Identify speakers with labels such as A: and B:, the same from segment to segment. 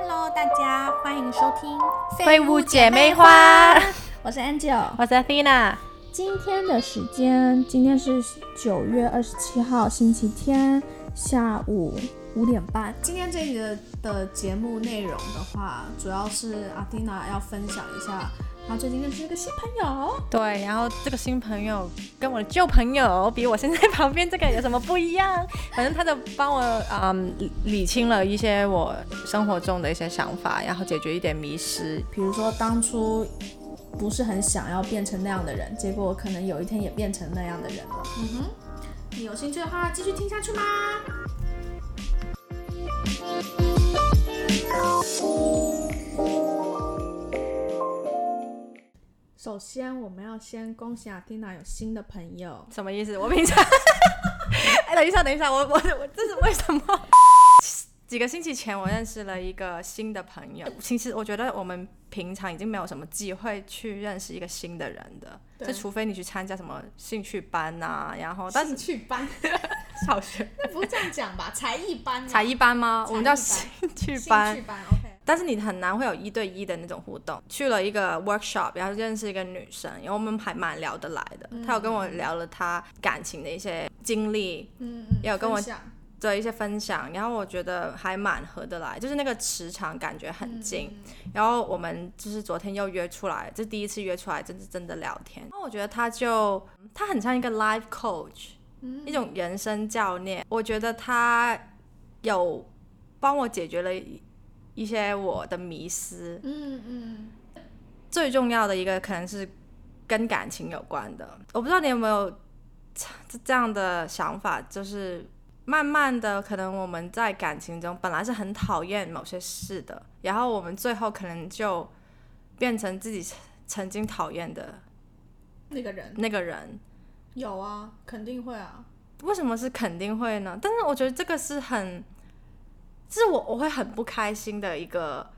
A: Hello，大家欢迎收听《
B: 废物姐妹花》，
A: 我是 Angel。
B: 我是 Athena，
A: 今天的时间，今天是九月二十七号星期天下午五点半。今天这一集的的节目内容的话，主要是阿蒂娜要分享一下，她最近认识一个新朋友。
B: 对，然后这个新朋友跟我的旧朋友比我现在旁边这个有什么不一样？ 反正他就帮我嗯理理清了一些我生活中的一些想法，然后解决一点迷失。
A: 比如说当初不是很想要变成那样的人，结果可能有一天也变成那样的人了。嗯哼，你有兴趣的话，继续听下去吗？首先，我们要先恭喜阿蒂娜有新的朋友。
B: 什么意思？我平常， 哎，等一下，等一下，我我我这是为什么？ 几个星期前，我认识了一个新的朋友。其实我觉得我们平常已经没有什么机会去认识一个新的人的，
A: 对
B: 就除非你去参加什么兴趣班呐、然后但是
A: 趣班，
B: 小学
A: 不是这样讲 吧？才艺班啊，
B: 才艺班
A: 才
B: 吗？
A: 艺班
B: 我们叫兴趣
A: 兴
B: 班
A: 趣，班，OK。
B: 但是你很难会有一对一的那种互动。去了一个 workshop，然后认识一个女生，然后我们还蛮聊得来的。
A: 嗯
B: 她有跟我聊了她感情的一些经历
A: 嗯嗯，
B: 要跟我
A: 分享
B: 的一些分享，然后我觉得还蛮合得来，就是那个磁场感觉
A: 嗯
B: 很近。然后我们就是昨天又约出来，这第一次约出来，真是真的聊天。然后我觉得她就她很像一个 life coach。一种人生教练。我觉得他有帮我解决了一一些我的迷失。
A: 嗯嗯，
B: 最重要的一个可能是跟感情有关的，我不知道你有没有这这样的想法，就是。慢慢的，可能我们在感情中本来是很讨厌某些事的，然后我们最后可能就变成自己曾曾经讨厌的
A: 嗯那个人
B: 那个人，
A: 有啊，肯定会啊。
B: 为什么是肯定会呢？但是我觉得这个是很，是我我会很不开心的一个，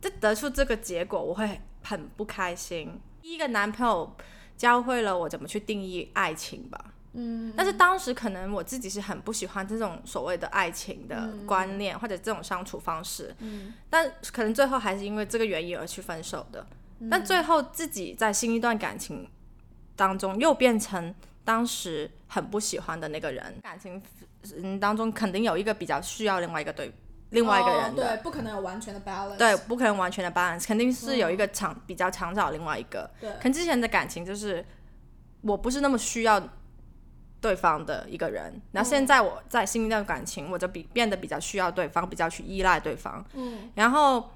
B: 就得出这个结果，我会很不开心。第一个男朋友教会了我怎么去定义爱情吧，
A: 嗯，
B: 但是当时可能我自己是很不喜欢这种所谓的爱情的观念、或者这种相处方式，
A: 嗯
B: 但可能最后还是因为这个原因而去分手的。但最后自己在新一段感情当中又变成当时很不喜欢的那个人，感情嗯当中肯定有一个比较需要另外一个对另外一个人的，
A: 哦对，不可能有完全的 balance。
B: 哦对，不可能完全的 balance，肯定是有一个长、比较长找另外一个。
A: 对
B: 可能之前的感情就是我不是那么需要对方的一个人，然后现在我在新一段感情，我就比变得比较需要对方，比较去依赖对方，
A: 嗯，
B: 然后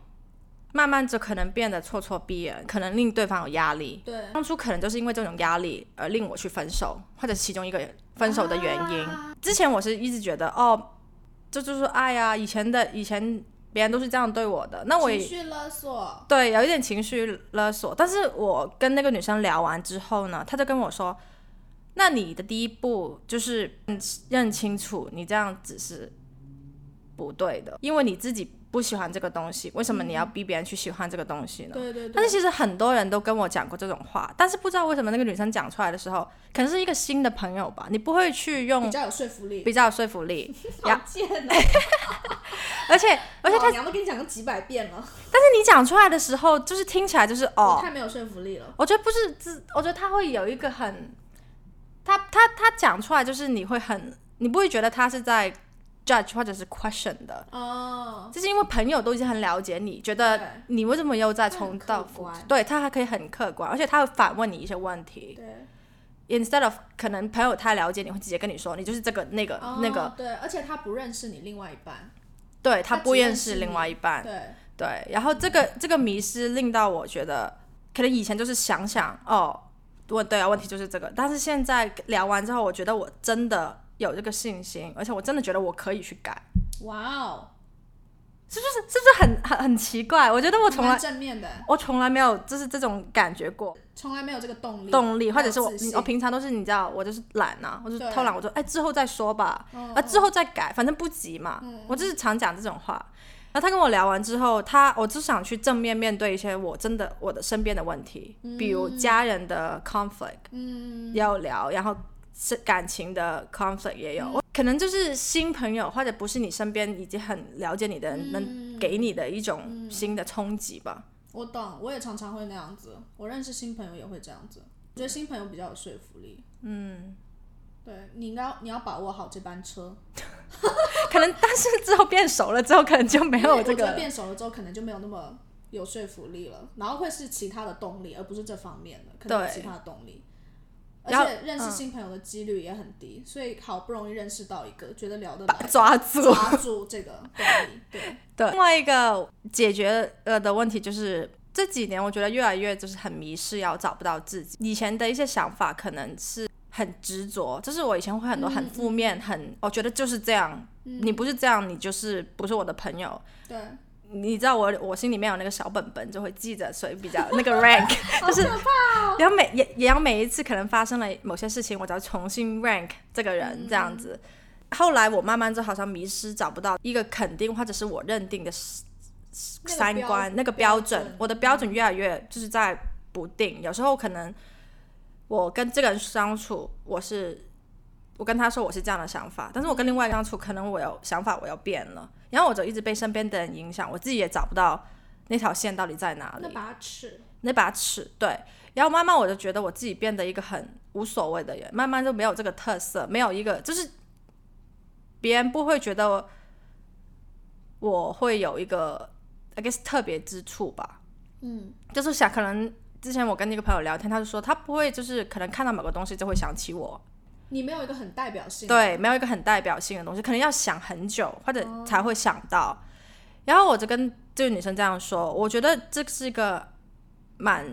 B: 慢慢就可能变得咄咄逼人，可能令对方有压力。
A: 对，
B: 当初可能就是因为这种压力而令我去分手，或者是其中一个分手的原因。之前我是一直觉得，哦，这就是爱啊，以前的以前别人都是这样对我的，那我
A: 情
B: 也
A: 绪勒索，
B: 对有一点情绪勒索。但是我跟那个女生聊完之后呢，她就跟我说，那你的第一步就是认认清楚你这样子是不对的，因为你自己不喜欢这个东西，为什么你要逼别人去喜欢这个东西呢？
A: 嗯对对对，
B: 但是其实很多人都跟我讲过这种话，但是不知道为什么那个女生讲出来的时候，可能是一个新的朋友吧，你不会去
A: 比
B: 用
A: 较有说服力。
B: 比较有说服力，
A: 好贱哦！
B: 而且而且
A: 老娘都跟你讲过几百遍了，
B: 那你讲出来的时候，就是听起来就是
A: 我
B: 哦，
A: 太没有说服力了。
B: 我觉得不是自，我觉得他会有一个很，他他他讲出来就是你会很，你不会觉得他是在 judge 或者是 question 的，
A: 哦，
B: 就是因为朋友都已经很了解你，觉
A: 对
B: 得你为什么又在
A: 他很
B: 重
A: 客
B: 蹈覆
A: 观
B: 辙，对他还可以很客观，而且他会反问你一些问题。
A: 对，
B: instead of 可能朋友太了解你，会直接跟你说你就是这个那个、
A: 哦
B: 呃那个，
A: 对，而且他不认识你另外一半，
B: 对
A: 他只
B: 他不认
A: 认识
B: 识
A: 你
B: 另外一半，
A: 对，
B: 对，然后这个这个迷失令到我觉得，可能以前就是想想哦，问对啊，问题就是这个，但是现在聊完之后，我觉得我真的有这个信心，而且我真的觉得我可以去改，
A: 哇哦，
B: 是不是是不是很很很奇怪？我觉得我从来
A: 蛮正面的，
B: 我从来没有就是这种感觉过。
A: 从来没有这个动力，
B: 动力，
A: 没
B: 或者
A: 有
B: 是我
A: 自信
B: 我平常都是你知道，我就是懒呐、我就是
A: 对
B: 偷懒，我就哎之后再说吧，
A: 嗯
B: 啊之后再改，反正不急嘛，我就是常讲这种话。然后他跟我聊完之后，他我就想去正面面对一些我真的我的身边的问题，比如家人的 conflict
A: 嗯，
B: 要聊，然后是感情的
A: 嗯
B: conflict 也有，可能就是新朋友或者不是你身边已经很了解你的人能
A: 嗯
B: 给你的一种新的冲击吧。
A: 我懂，我也常常会那样子。我认识新朋友也会这样子，我觉得新朋友比较有说服力。
B: 嗯，
A: 对你应该你要把握好这班车，
B: 可能但是之后变熟了之后，可能就没
A: 因为
B: 有
A: 我
B: 这
A: 觉
B: 个
A: 得变熟了之后，可能就没有那么有说服力了，然后会是其他的动力，而不是这方面的，可能有
B: 对
A: 其他的动力。而
B: 然后
A: 且认识
B: 嗯
A: 新朋友的几率也很低，所以好不容易认识到一个觉得聊得来，
B: 抓住。
A: 抓住这个动力， 对，
B: 对，另外一个解决呃的问题就是这几年我觉得越来越就是很迷失，然后找不到自己。以前的一些想法可能是很执着，就是我以前会很多
A: 嗯
B: 很负面，很我觉得就是这样，你不是这样，你就是不是我的朋友。
A: 对，
B: 你知道我我心里面有那个小本本，就会记着，所以比较那个 rank，就是然后每也也要每一次可能发生了某些事情，我就要重新 rank 这个人这样子。后来我慢慢就好像迷失，找不到一个肯定或者是我认定的是
A: 那个
B: 三
A: 标
B: 观那个
A: 标
B: 标准
A: 准，
B: 我的标准越来越就是在不定。有时候可能我跟这个人相处，我是我跟他说我是这样的想法，但是我跟另外一个相处，可能我有想法我要变了，然后我就一直被身边的人影响，我自己也找不到那条线到底在哪里
A: 那。把尺，
B: 那把尺，对。然后慢慢我就觉得我自己变得一个很无所谓的人，慢慢就没有这个特色，没有一个就是别人不会觉得我我会有一个 I guess 特别之处吧。
A: 嗯，
B: 就是想可能之前我跟那个朋友聊天，他就说他不会就是可能看到某个东西就会想起我，
A: 你没有一个很代表性，，
B: 对，没有一个很代表性的东西，可能要想很久或者才会想到。嗯然后我就跟这个女生这样说，我觉得这是一个蛮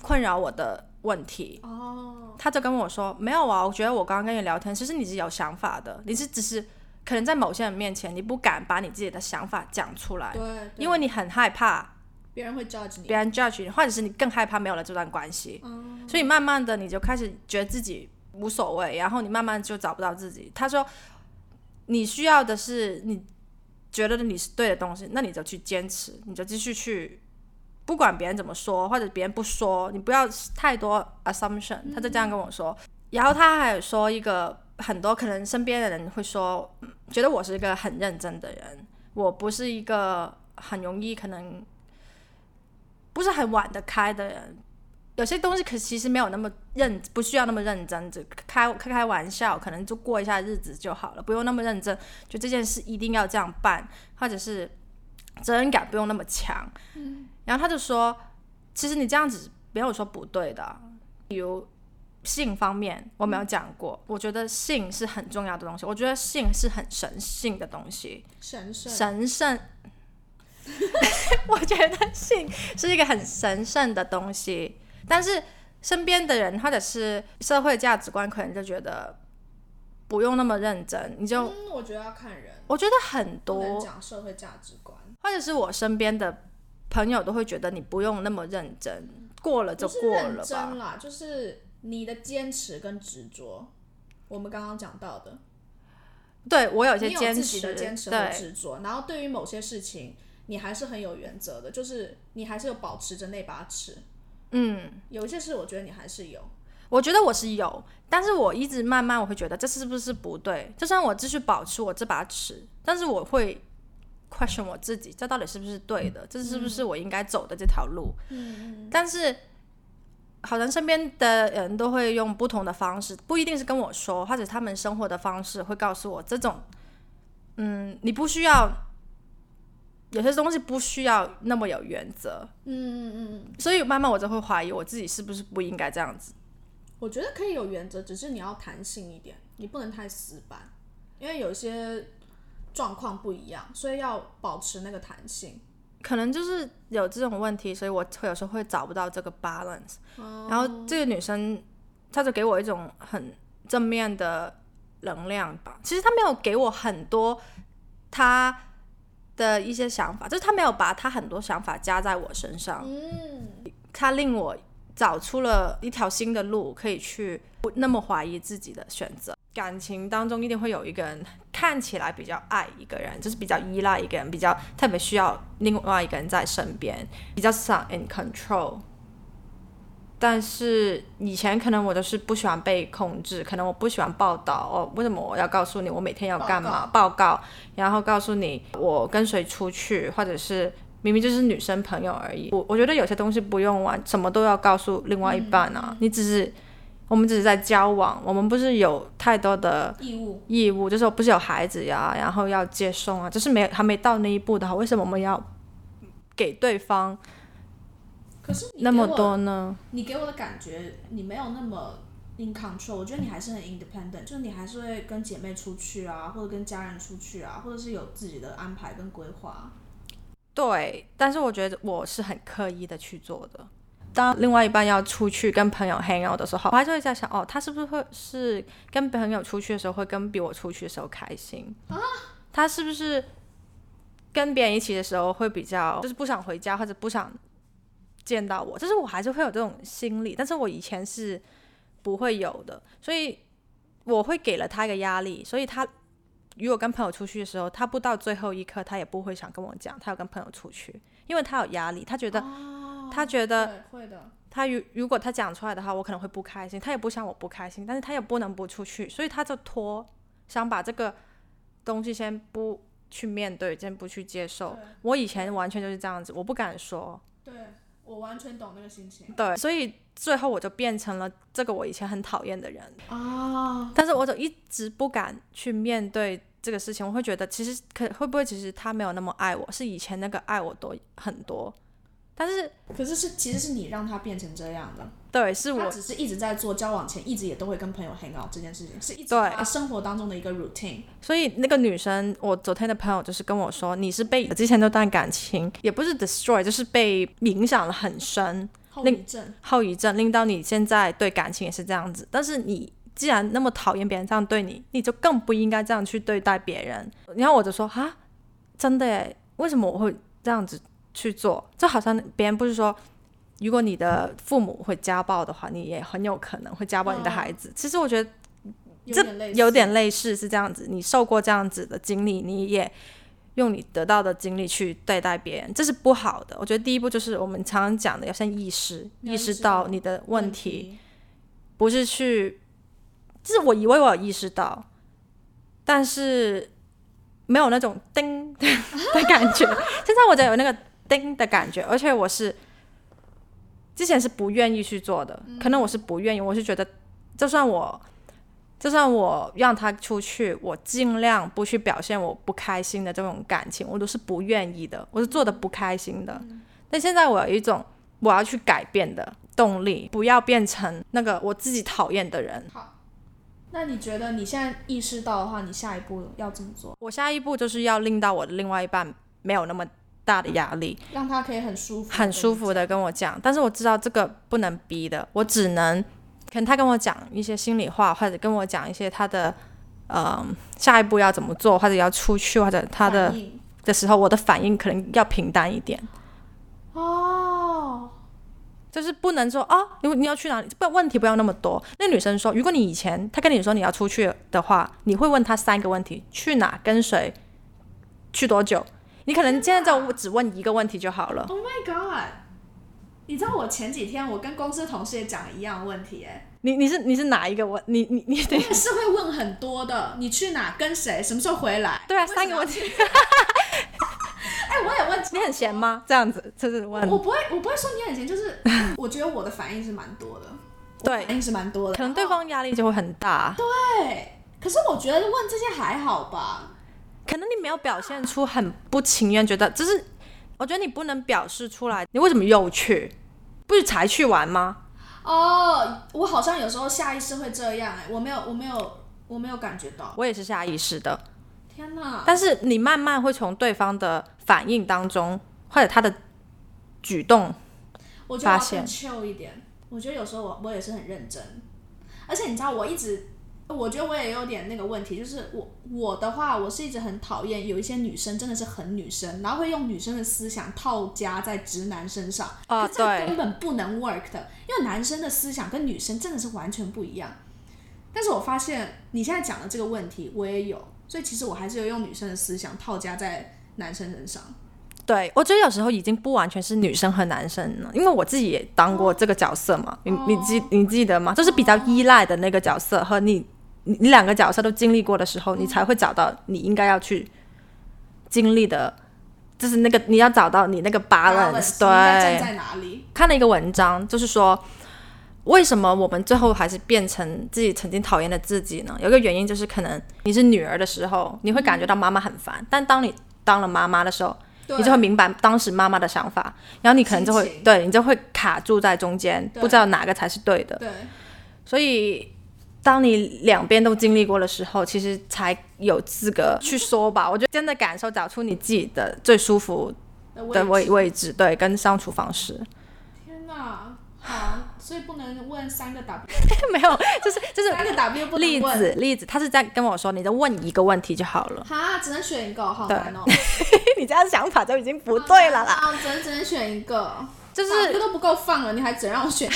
B: 困扰我的问题。
A: 哦，
B: 她就跟我说，没有啊，我觉得我刚刚跟你聊天，其实你是有想法的，你是只是可能在某些人面前，你不敢把你自己的想法讲出来，
A: 对，
B: 因
A: 为
B: 为你很害怕
A: 别人会 judge 你，
B: 别人 judge 你，或者是你更害怕没有了这段关系，所以慢慢的你就开始觉得自己无所谓，然后你慢慢就找不到自己。他说，你需要的是你觉得你是对的东西，那你就去坚持，你就继续去，不管别人怎么说，或者别人不说，你不要太多 assumption。他就这样跟我说，然后他还有说一个很多可能身边的人会说，嗯觉得我是一个很认真的人，我不是一个很容易可能不是很玩得开的人。有些东西可其实没有那么认，不需要那么认真，只开开开玩笑，可能就过一下日子就好了，不用那么认真。就这件事一定要这样办，或者是责任感不用那么强。然后他就说，其实你这样子没有说不对的啊，比如性方面，我没有讲过，我觉得性是很重要的东西，我觉得性是很神性的东西，
A: 神圣，
B: 神圣。 我觉得性是一个很神圣的东西，但是身边的人或者是社会价值观，可能就觉得不用那么认真，你就
A: 嗯，我觉得要看人，
B: 我觉得很
A: 不能
B: 多，
A: 讲社会价值观，
B: 或者是我身边的朋友都会觉得你不用那么认真，过了呃就
A: 不是
B: 过
A: 认
B: 了吧
A: 真。啦，就是你的坚持跟执着。我们刚刚讲到的，
B: 对我有一些
A: 你有自
B: 坚
A: 己
B: 持，
A: 的坚持和
B: 对
A: 执着，然后对于某些事情，你还是很有原则的，就是你还是有保持着那把尺。嗯，有一些事我觉得你还是有，
B: 我觉得我是有，但是我一直慢慢我会觉得这是不是不对？就算我继续保持我这把尺，但是我会 question 我自己，这到底是不是对
A: 嗯
B: 的？这是不是我应该走的这条路？嗯，但是好像身边的人都会用不同的方式，不一定是跟我说，或者他们生活的方式会告诉我这种，嗯，你不需要。有些东西不需要那么有原则，
A: 嗯嗯嗯，
B: 所以慢慢我就会怀疑我自己是不是不应该这样子。
A: 我觉得可以有原则，只是你要弹性一点，你不能太死板，因为有一些状况不一样，所以要保持那个弹性。
B: 可能就是有这种问题，所以我会有时候会找不到这个 balance。然后这个女生，她就给我一种很正面的能量吧。其实她没有给我很多她的一些想法，就是她没有把她很多想法加在我身上。
A: 嗯，
B: 它令我找出了一条新的路，可以去不那么怀疑自己的选择。感情当中一定会有一个人看起来比较爱一个人，就是比较依赖一个人，比较特别需要另外一个人在身边，比较想 in control。但是以前可能我就是不喜欢被控制，可能我不喜欢报道哦。为什么我要告诉你我每天要干嘛？报告，然后告诉你我跟谁出去，或者是明明就是女生朋友而已。我我觉得有些东西不用玩，什么都要告诉另外一半啊。你只是我们只是在交往，我们不是有太多的
A: 义务
B: 义务，就是我不是有孩子呀，然后要接送啊，就是没还没到那一步的话，为什么我们要给对方
A: 可是你
B: 那么
A: 给我
B: 多呢？
A: 你给我的感觉，你没有那么 in control。我觉得你还是很 independent，就是你还是会跟姐妹出去啊，或者跟家人出去啊，或者是有自己的安排跟规划。
B: 对，但是我觉得我是很刻意的去做的。当另外一半要出去跟朋友 hang out 的时候，我还是会在想，哦，他是不是会是跟朋友出去的时候会跟比我出去的时候开心？他是不是跟别人一起的时候会比较就是不想回家或者不想见到我？就是我还是会有这种心理，但是我以前是不会有的，所以我会给了他一个压力，所以他如果跟朋友出去的时候，他不到最后一刻，他也不会想跟我讲他要跟朋友出去，因为他有压力，他觉得、他觉得
A: 对，会的。
B: 他如如果他讲出来的话，我可能会不开心，他也不想我不开心，但是他也不能不出去，所以他就拖，想把这个东西先不去面对，先不去接受
A: 对。
B: 我以前完全就是这样子，我不敢说，
A: 对，我完全懂那个心情
B: 对，所以最后我就变成了这个我以前很讨厌的人，
A: 啊。
B: 但是我就一直不敢去面对这个事情，我会觉得其实可会不会其实他没有那么爱我，是以前那个爱我多很多，但是
A: 可是是其实是你让他变成这样的，
B: 对，是我
A: 他只是一直在做交往前，一直也都会跟朋友 hang out 这件事情，是一直
B: 对
A: 他生活当中的一个 routine。
B: 所以那个女生，我昨天的朋友就是跟我说，你是被之前那段感情也不是 destroy，就是被影响了很深，
A: 后遗症，
B: 后遗症令到你现在对感情也是这样子。但是你既然那么讨厌别人这样对你，你就更不应该这样去对待别人。然后我就说啊，真的耶，为什么我会这样子去做？就好像别人不是说。如果你的父母会家暴的话，你也很有可能会家暴你的孩子。其实我觉得
A: 有点类似，
B: 有点类似是这样子，你受过这样子的经历，你也用你得到的经历去对待别人，这是不好的。我觉得第一步就是我们常常讲的，要先意识，
A: 你要
B: 意
A: 意
B: 识
A: 识到嗯
B: 到你的问题，不是去，就是我以为我有意识到，但是没有那种叮的感觉。 现在我就有那个叮的感觉，而且我是之前是不愿意去做的，可能我是不愿意，我是觉得就算我。就算我让他出去，我尽量不去表现我不开心的这种感情，我都是不愿意的，我是做的不开心的。但现在我有一种我要去改变的动力，不要变成那个我自己讨厌的人。
A: 那你觉得你现在意识到的话，你下一步要怎么做，
B: 我下一步就是要令到我的另外一半没有那么大的压力，
A: 让他可以很舒服，
B: 很舒服的跟我讲。但是我知道这个不能逼的，我只能可能他跟我讲一些心里话，或者跟我讲一些他的。嗯，下一步要怎么做，或者要出去，或者他的
A: 反应
B: 的时候，我的反应可能要平淡一点，
A: 哦，
B: 就是不能说啊，你你要去哪里？不，问题不要那么多。那女生说，如果你以前她跟你说你要出去的话，你会问她三个问题：去哪、跟谁、去多久。你可能现在就只问一个问题就好了。
A: Oh my god！你知道我前几天我跟公司同事也讲了一样的问题、哎，
B: 你你是你是哪一个问？你你你
A: 我
B: 得
A: 也是会问很多的，你去哪，跟谁，什么时候回来？
B: 对啊，
A: 为什么
B: 三个问 题。
A: 哎、我也问，
B: 你很闲吗？这样子就是问，
A: 我不会，我不会说你很闲，就是 我觉得我的反应是蛮多的，
B: 对
A: 反，应是蛮多的，哦
B: 可能对方压力就会很大。
A: 对。可是我觉得问这些还好吧，
B: 可能你没有表现出很不情愿，觉得就是，我觉得你不能表示出来，你为什么又去？不是才去玩吗？
A: 哦，我好像有时候下意识会这样哎、我没有，我没有，我没有感觉到。
B: 我也是下意识的，
A: 天哪！
B: 但是你慢慢会从对方的反应当中，或者他的举动，
A: 我觉得我
B: 发
A: 要
B: 现
A: 更 chill 一点。我觉得有时候我我也是很认真，而且你知道，我一直我觉得我也有点那个问题，就是我我的话，我是一直很讨厌有一些女生真的是很女生，然后会用女生的思想套加在直男身上，
B: 啊
A: 可是这个
B: 对
A: 根本不能 work 的，因为男生的思想跟女生真的是完全不一样。但是我发现你现在讲的这个问题，我也有，所以其实我还是有用女生的思想套加在男生身上。
B: 对，我觉得有时候已经不完全是女生和男生了，因为我自己也当过这个角色嘛，你你记你记得吗？就是比较依赖的那个角色和你你你两个角色都经历过的时候，你才会找到你应该要去经历的，就是那个你要找到你那个 balance，对，
A: 站在哪里？
B: 看了一个文章，就是说为什么我们最后还是变成自己曾经讨厌的自己呢？有一个原因就是可能你是女儿的时候，你会感觉到妈妈很烦，但当你当了妈妈的时候，
A: 对
B: 你就会明白当时妈妈的想法，然后你可能就
A: 心
B: 会
A: 情
B: 对你就会卡住在中间，
A: 对
B: 不知道哪个才是对的。
A: 对，
B: 所以，当你两边都经历过的时候，其实才有资格去说吧。我觉得真的感受，找出你自己的最舒服的
A: 我
B: 位位置，对，跟相处方式。
A: 天哪，好，所以不能问三个 W，
B: 没有，就是 就是
A: 三个 W 不
B: 例
A: 能问。
B: 子例子，他是在跟我说，你就问一个问题就好了。
A: 哈，只能选一个，好
B: 对
A: 难哦。
B: 你这样想法就已经不对了啦。
A: 啊，只能只能选一个，
B: 就是
A: 哪个都不够放了，你还只让我选？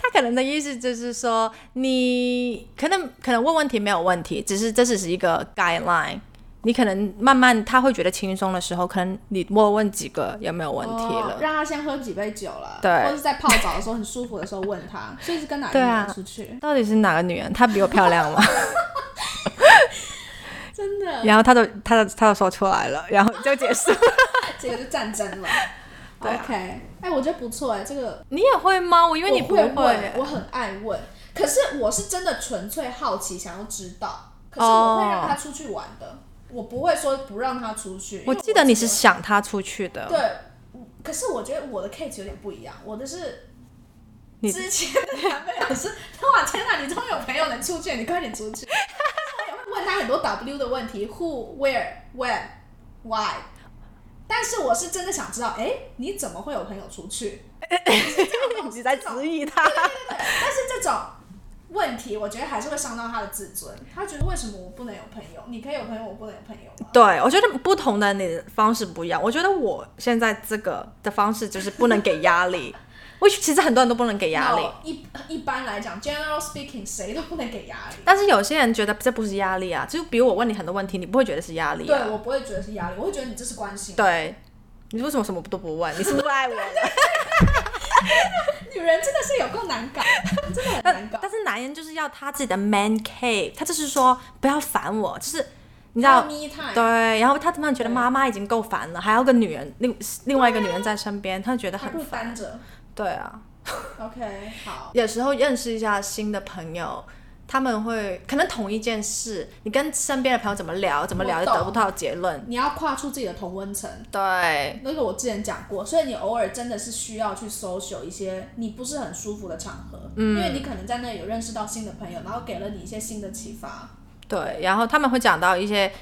B: 他可能的意思就是说，你可能可能问问题没有问题，只是这只是一个 guideline。你可能慢慢他会觉得轻松的时候，可能你多问几个也没有问题
A: 哦
B: 了。
A: 让他先喝几杯酒了，
B: 对
A: 或者是在泡澡的时候很舒服的时候问 他，所以是跟哪个
B: 对啊
A: 人出去？
B: 到底是哪个女人？她比我漂亮 吗？
A: 真的，
B: 然后他就他就他就说出来了，然后就结 束。
A: 这个就战争了。
B: 对啊
A: OK，哎、我觉得不错哎、这个
B: 你也会吗？我以为你
A: 我
B: 不
A: 会问，我很爱问，可是我是真的纯粹好奇，想要知道，可是我会
B: 哦
A: 让他出去玩的，我不会说不让他出去。因为
B: 我记得你是
A: 觉
B: 想他出去的。
A: 对，可是我觉得我的 case 有点不一样，我的是。
B: 你
A: 之前的男朋友是， 哇天哪！你终于有朋友能出去，你快点出去。我也会问他很多 W 的问题，Who、Where、When、Why。但是我是真的想知道，哎，你怎么会有朋友出去？
B: 你在质疑他。
A: 但是这种问题，我觉得还是会伤到他的自尊。他觉得为什么我不能有朋友？你可以有朋友，我不能有朋友吗？
B: 对，我觉得不同的你的方式不一样。我觉得我现在这个的方式就是不能给压力， 我其实很多人都不能给压力，
A: No，一一般来讲，general speaking，谁都不能给压力。
B: 但是有些人觉得这不是压力啊，就比如我问你很多问题，你不会觉得是压力
A: 对
B: 啊。
A: 我不会觉得是压力，我会觉得你这是关心。
B: 对，你为什么什么都不问？你是不是不爱 我了？
A: 女人真的是有够难搞，真的很难搞。
B: 但是男人就是要他自己的 man cave，他就是说不要烦我，就是你知
A: 要
B: 道。
A: me time，
B: 对，然后他突然觉得
A: 对
B: 妈妈已经够烦了，还有个女人，另另外一个女人在身边，他就觉得
A: 还
B: 很
A: 不如
B: 烦。
A: 单着。
B: 对啊，
A: OK，好，
B: 有时候认识一下新的朋友，他们会可能同一件事，你跟身边的朋友怎么聊，怎么聊
A: 我
B: 就
A: 懂
B: 得不到结论。
A: 你要跨出自己的同温层。
B: 对，
A: 那个我之前讲过，所以你偶尔真的是需要去搜寻一些你不是很舒服的场合，因
B: 嗯
A: 为你可能在那里有认识到新的朋友，然后给了你一些新的启发。
B: 对，然后他们会讲到一些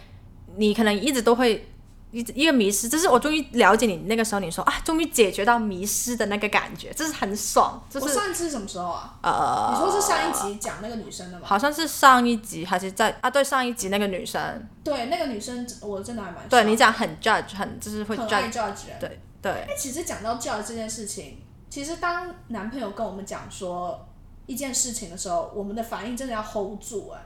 B: 你可能一直都会一直一个迷失，就是我终于了解你那个时候，你说啊，终于解决到迷失的那个感觉，这是很爽，就
A: 我
B: 是
A: 上一次是什么时候啊？
B: 呃，
A: 你说是上一集讲那个女生的吗？
B: 好像是上一集还是在啊，对，上一集那个女生，
A: 对，那个女生我真的还蛮
B: 对
A: 爽
B: 你讲很 judge，很就是会
A: 很
B: judge，
A: 爱 judge 人。
B: 对对，
A: 哎，其实讲到 judge 这件事情，其实当男朋友跟我们讲说一件事情的时候，我们的反应真的要 hold 住哎、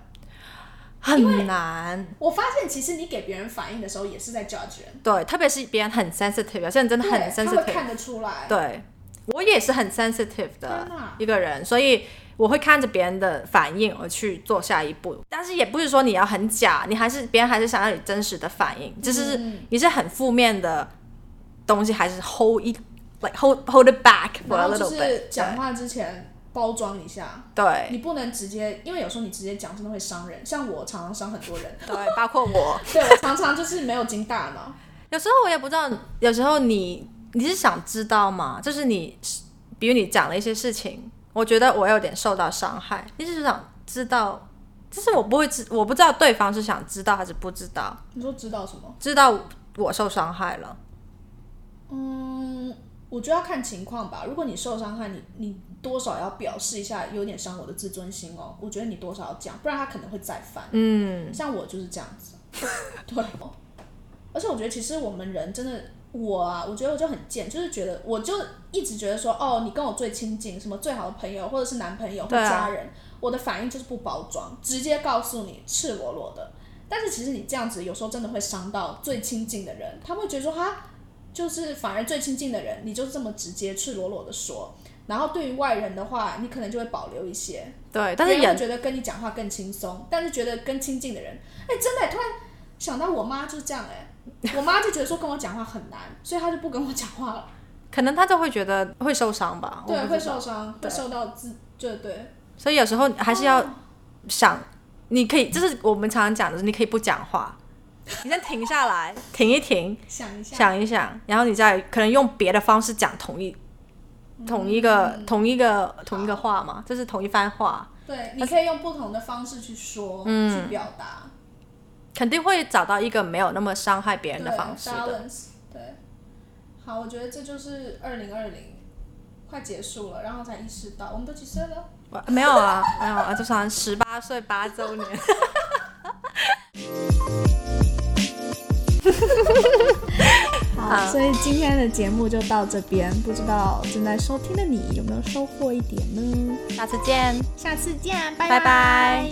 B: 很难。
A: 我发现其实你给别人反应的时候也是在 judge 人，
B: 对，特别是别人很 sensitive，有些人真的很
A: 对他会
B: sensitive。
A: 看得出来。
B: 对，我也是很 sensitive
A: 天
B: 的
A: 哪
B: 一个人，所以我会看着别人的反应而去做下一步。但是也不是说你要很假，你还是别人还是想要你真实的反
A: 嗯
B: 应，就是也是很负面的东西，还是 hold 一 like hold hold it back for
A: 然
B: a
A: 后
B: little
A: 就
B: bit
A: 是。讲话之前包装一下，
B: 对
A: 你不能直接，因为有时候你直接讲真的会伤人。像我常常伤很多人，
B: 对，包括我。
A: 对我常常就是没有经大脑。
B: 有时候我也不知道，有时候你你是想知道吗？就是你，比如你讲了一些事情，我觉得我有点受到伤害，你是想知道，就是我不会知，我不知道对方是想知道还是不知道，
A: 你说知道什么？
B: 知道我受伤害了，
A: 嗯，我觉得要看情况吧。如果你受伤害，你你多少要表示一下，有点伤我的自尊心哦。我觉得你多少要讲，不然他可能会再犯。嗯，像我就是这样子。对， 而且我觉得其实我们人真的。我啊，我觉得我就很贱，就是觉得我就一直觉得说，哦，你跟我最亲近，什么最好的朋友，或者是男朋友或
B: 对啊
A: 家人，我的反应就是不包装，直接告诉你赤裸裸的。但是其实你这样子有时候真的会伤到最亲近的人，他们会觉得说哈，就是反而最亲近的人，你就这么直接、赤裸裸的说。然后对于外人的话，你可能就会保留一些，
B: 对，但
A: 别
B: 是
A: 人
B: 也
A: 会觉得跟你讲话更轻松，但是觉得跟亲近的人，哎，真的突然想到我妈就是这样哎，我妈就觉得说跟我讲话很难，所以她就不跟我讲话 了，
B: 可能他就会觉得会受伤吧，我
A: 对，
B: 不
A: 会
B: 知道
A: 受伤，会
B: 对
A: 受到自，对对，
B: 所以有时候还是要想，你可以，就是我们常常讲的，你可以不讲话，你先停下来，停一停，
A: 想一下，
B: 想一想，然后你再可能用别的方式讲同一同一个、同一个同一个话嘛，就是同一番话，
A: 对，你可以用不同的方式去说，
B: 嗯
A: 去表达，
B: 肯定会找到一个没有那么伤害别人的
A: 对
B: 方式的。
A: balance，对，好，我觉得这就是二零二零快结束了，然后才意识到我们都几岁了。
B: 我没有啊，没有啊，就是好像十八岁八周 年。
A: 好，所以今天的节目就到这边，不知道正在收听的你有没有收获一点呢？
B: 下次见。
A: 下次见，拜
B: 拜拜